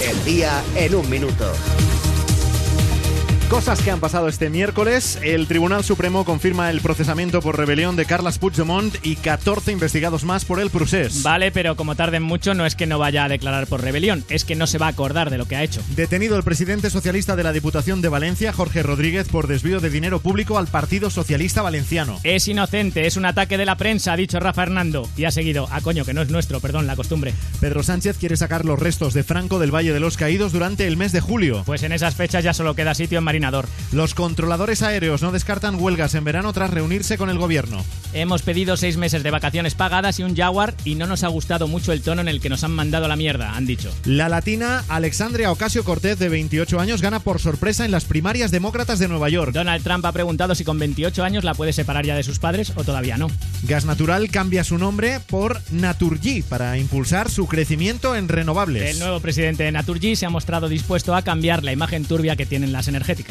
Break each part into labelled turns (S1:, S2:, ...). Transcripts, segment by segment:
S1: El día en un minuto.
S2: Cosas que han pasado este miércoles. El Tribunal Supremo confirma el procesamiento por rebelión de Carles Puigdemont y 14 investigados más por el procés.
S3: Vale, pero como tarden mucho, no es que no vaya a declarar por rebelión, es que no se va a acordar de lo que ha hecho.
S2: Detenido el presidente socialista de la Diputación de Valencia, Jorge Rodríguez, por desvío de dinero público al Partido Socialista Valenciano.
S3: Es inocente, es un ataque de la prensa, ha dicho Rafa Hernando. Y ha seguido, ah coño, que no es nuestro, perdón, la costumbre.
S2: Pedro Sánchez quiere sacar los restos de Franco del Valle de los Caídos durante el mes de julio.
S3: Pues en esas fechas ya solo queda sitio en Marinador.
S2: Los controladores aéreos no descartan huelgas en verano tras reunirse con el gobierno.
S3: Hemos pedido seis meses de vacaciones pagadas y un Jaguar y no nos ha gustado mucho el tono en el que nos han mandado a la mierda, han dicho.
S2: La latina Alexandria Ocasio Cortez, de 28 años, gana por sorpresa en las primarias demócratas de Nueva York.
S3: Donald Trump ha preguntado si con 28 años la puede separar ya de sus padres o todavía no.
S2: Gas Natural cambia su nombre por Naturgy para impulsar su crecimiento en renovables.
S3: El nuevo presidente de Naturgy se ha mostrado dispuesto a cambiar la imagen turbia que tienen las energéticas.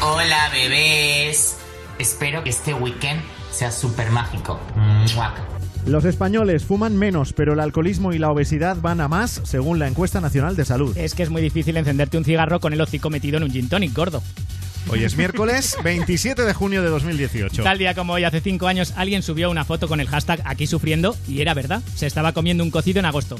S4: Hola bebés. Espero que este weekend sea súper mágico.
S2: Los españoles fuman menos, pero el alcoholismo y la obesidad van a más, según la encuesta nacional de salud.
S3: Es que es muy difícil encenderte un cigarro con el hocico metido en un gin tonic gordo.
S2: Hoy es miércoles 27 de junio de 2018.
S3: Tal día como hoy, hace cinco años, alguien subió una foto con el hashtag aquí sufriendo y era verdad. Se estaba comiendo un cocido en agosto.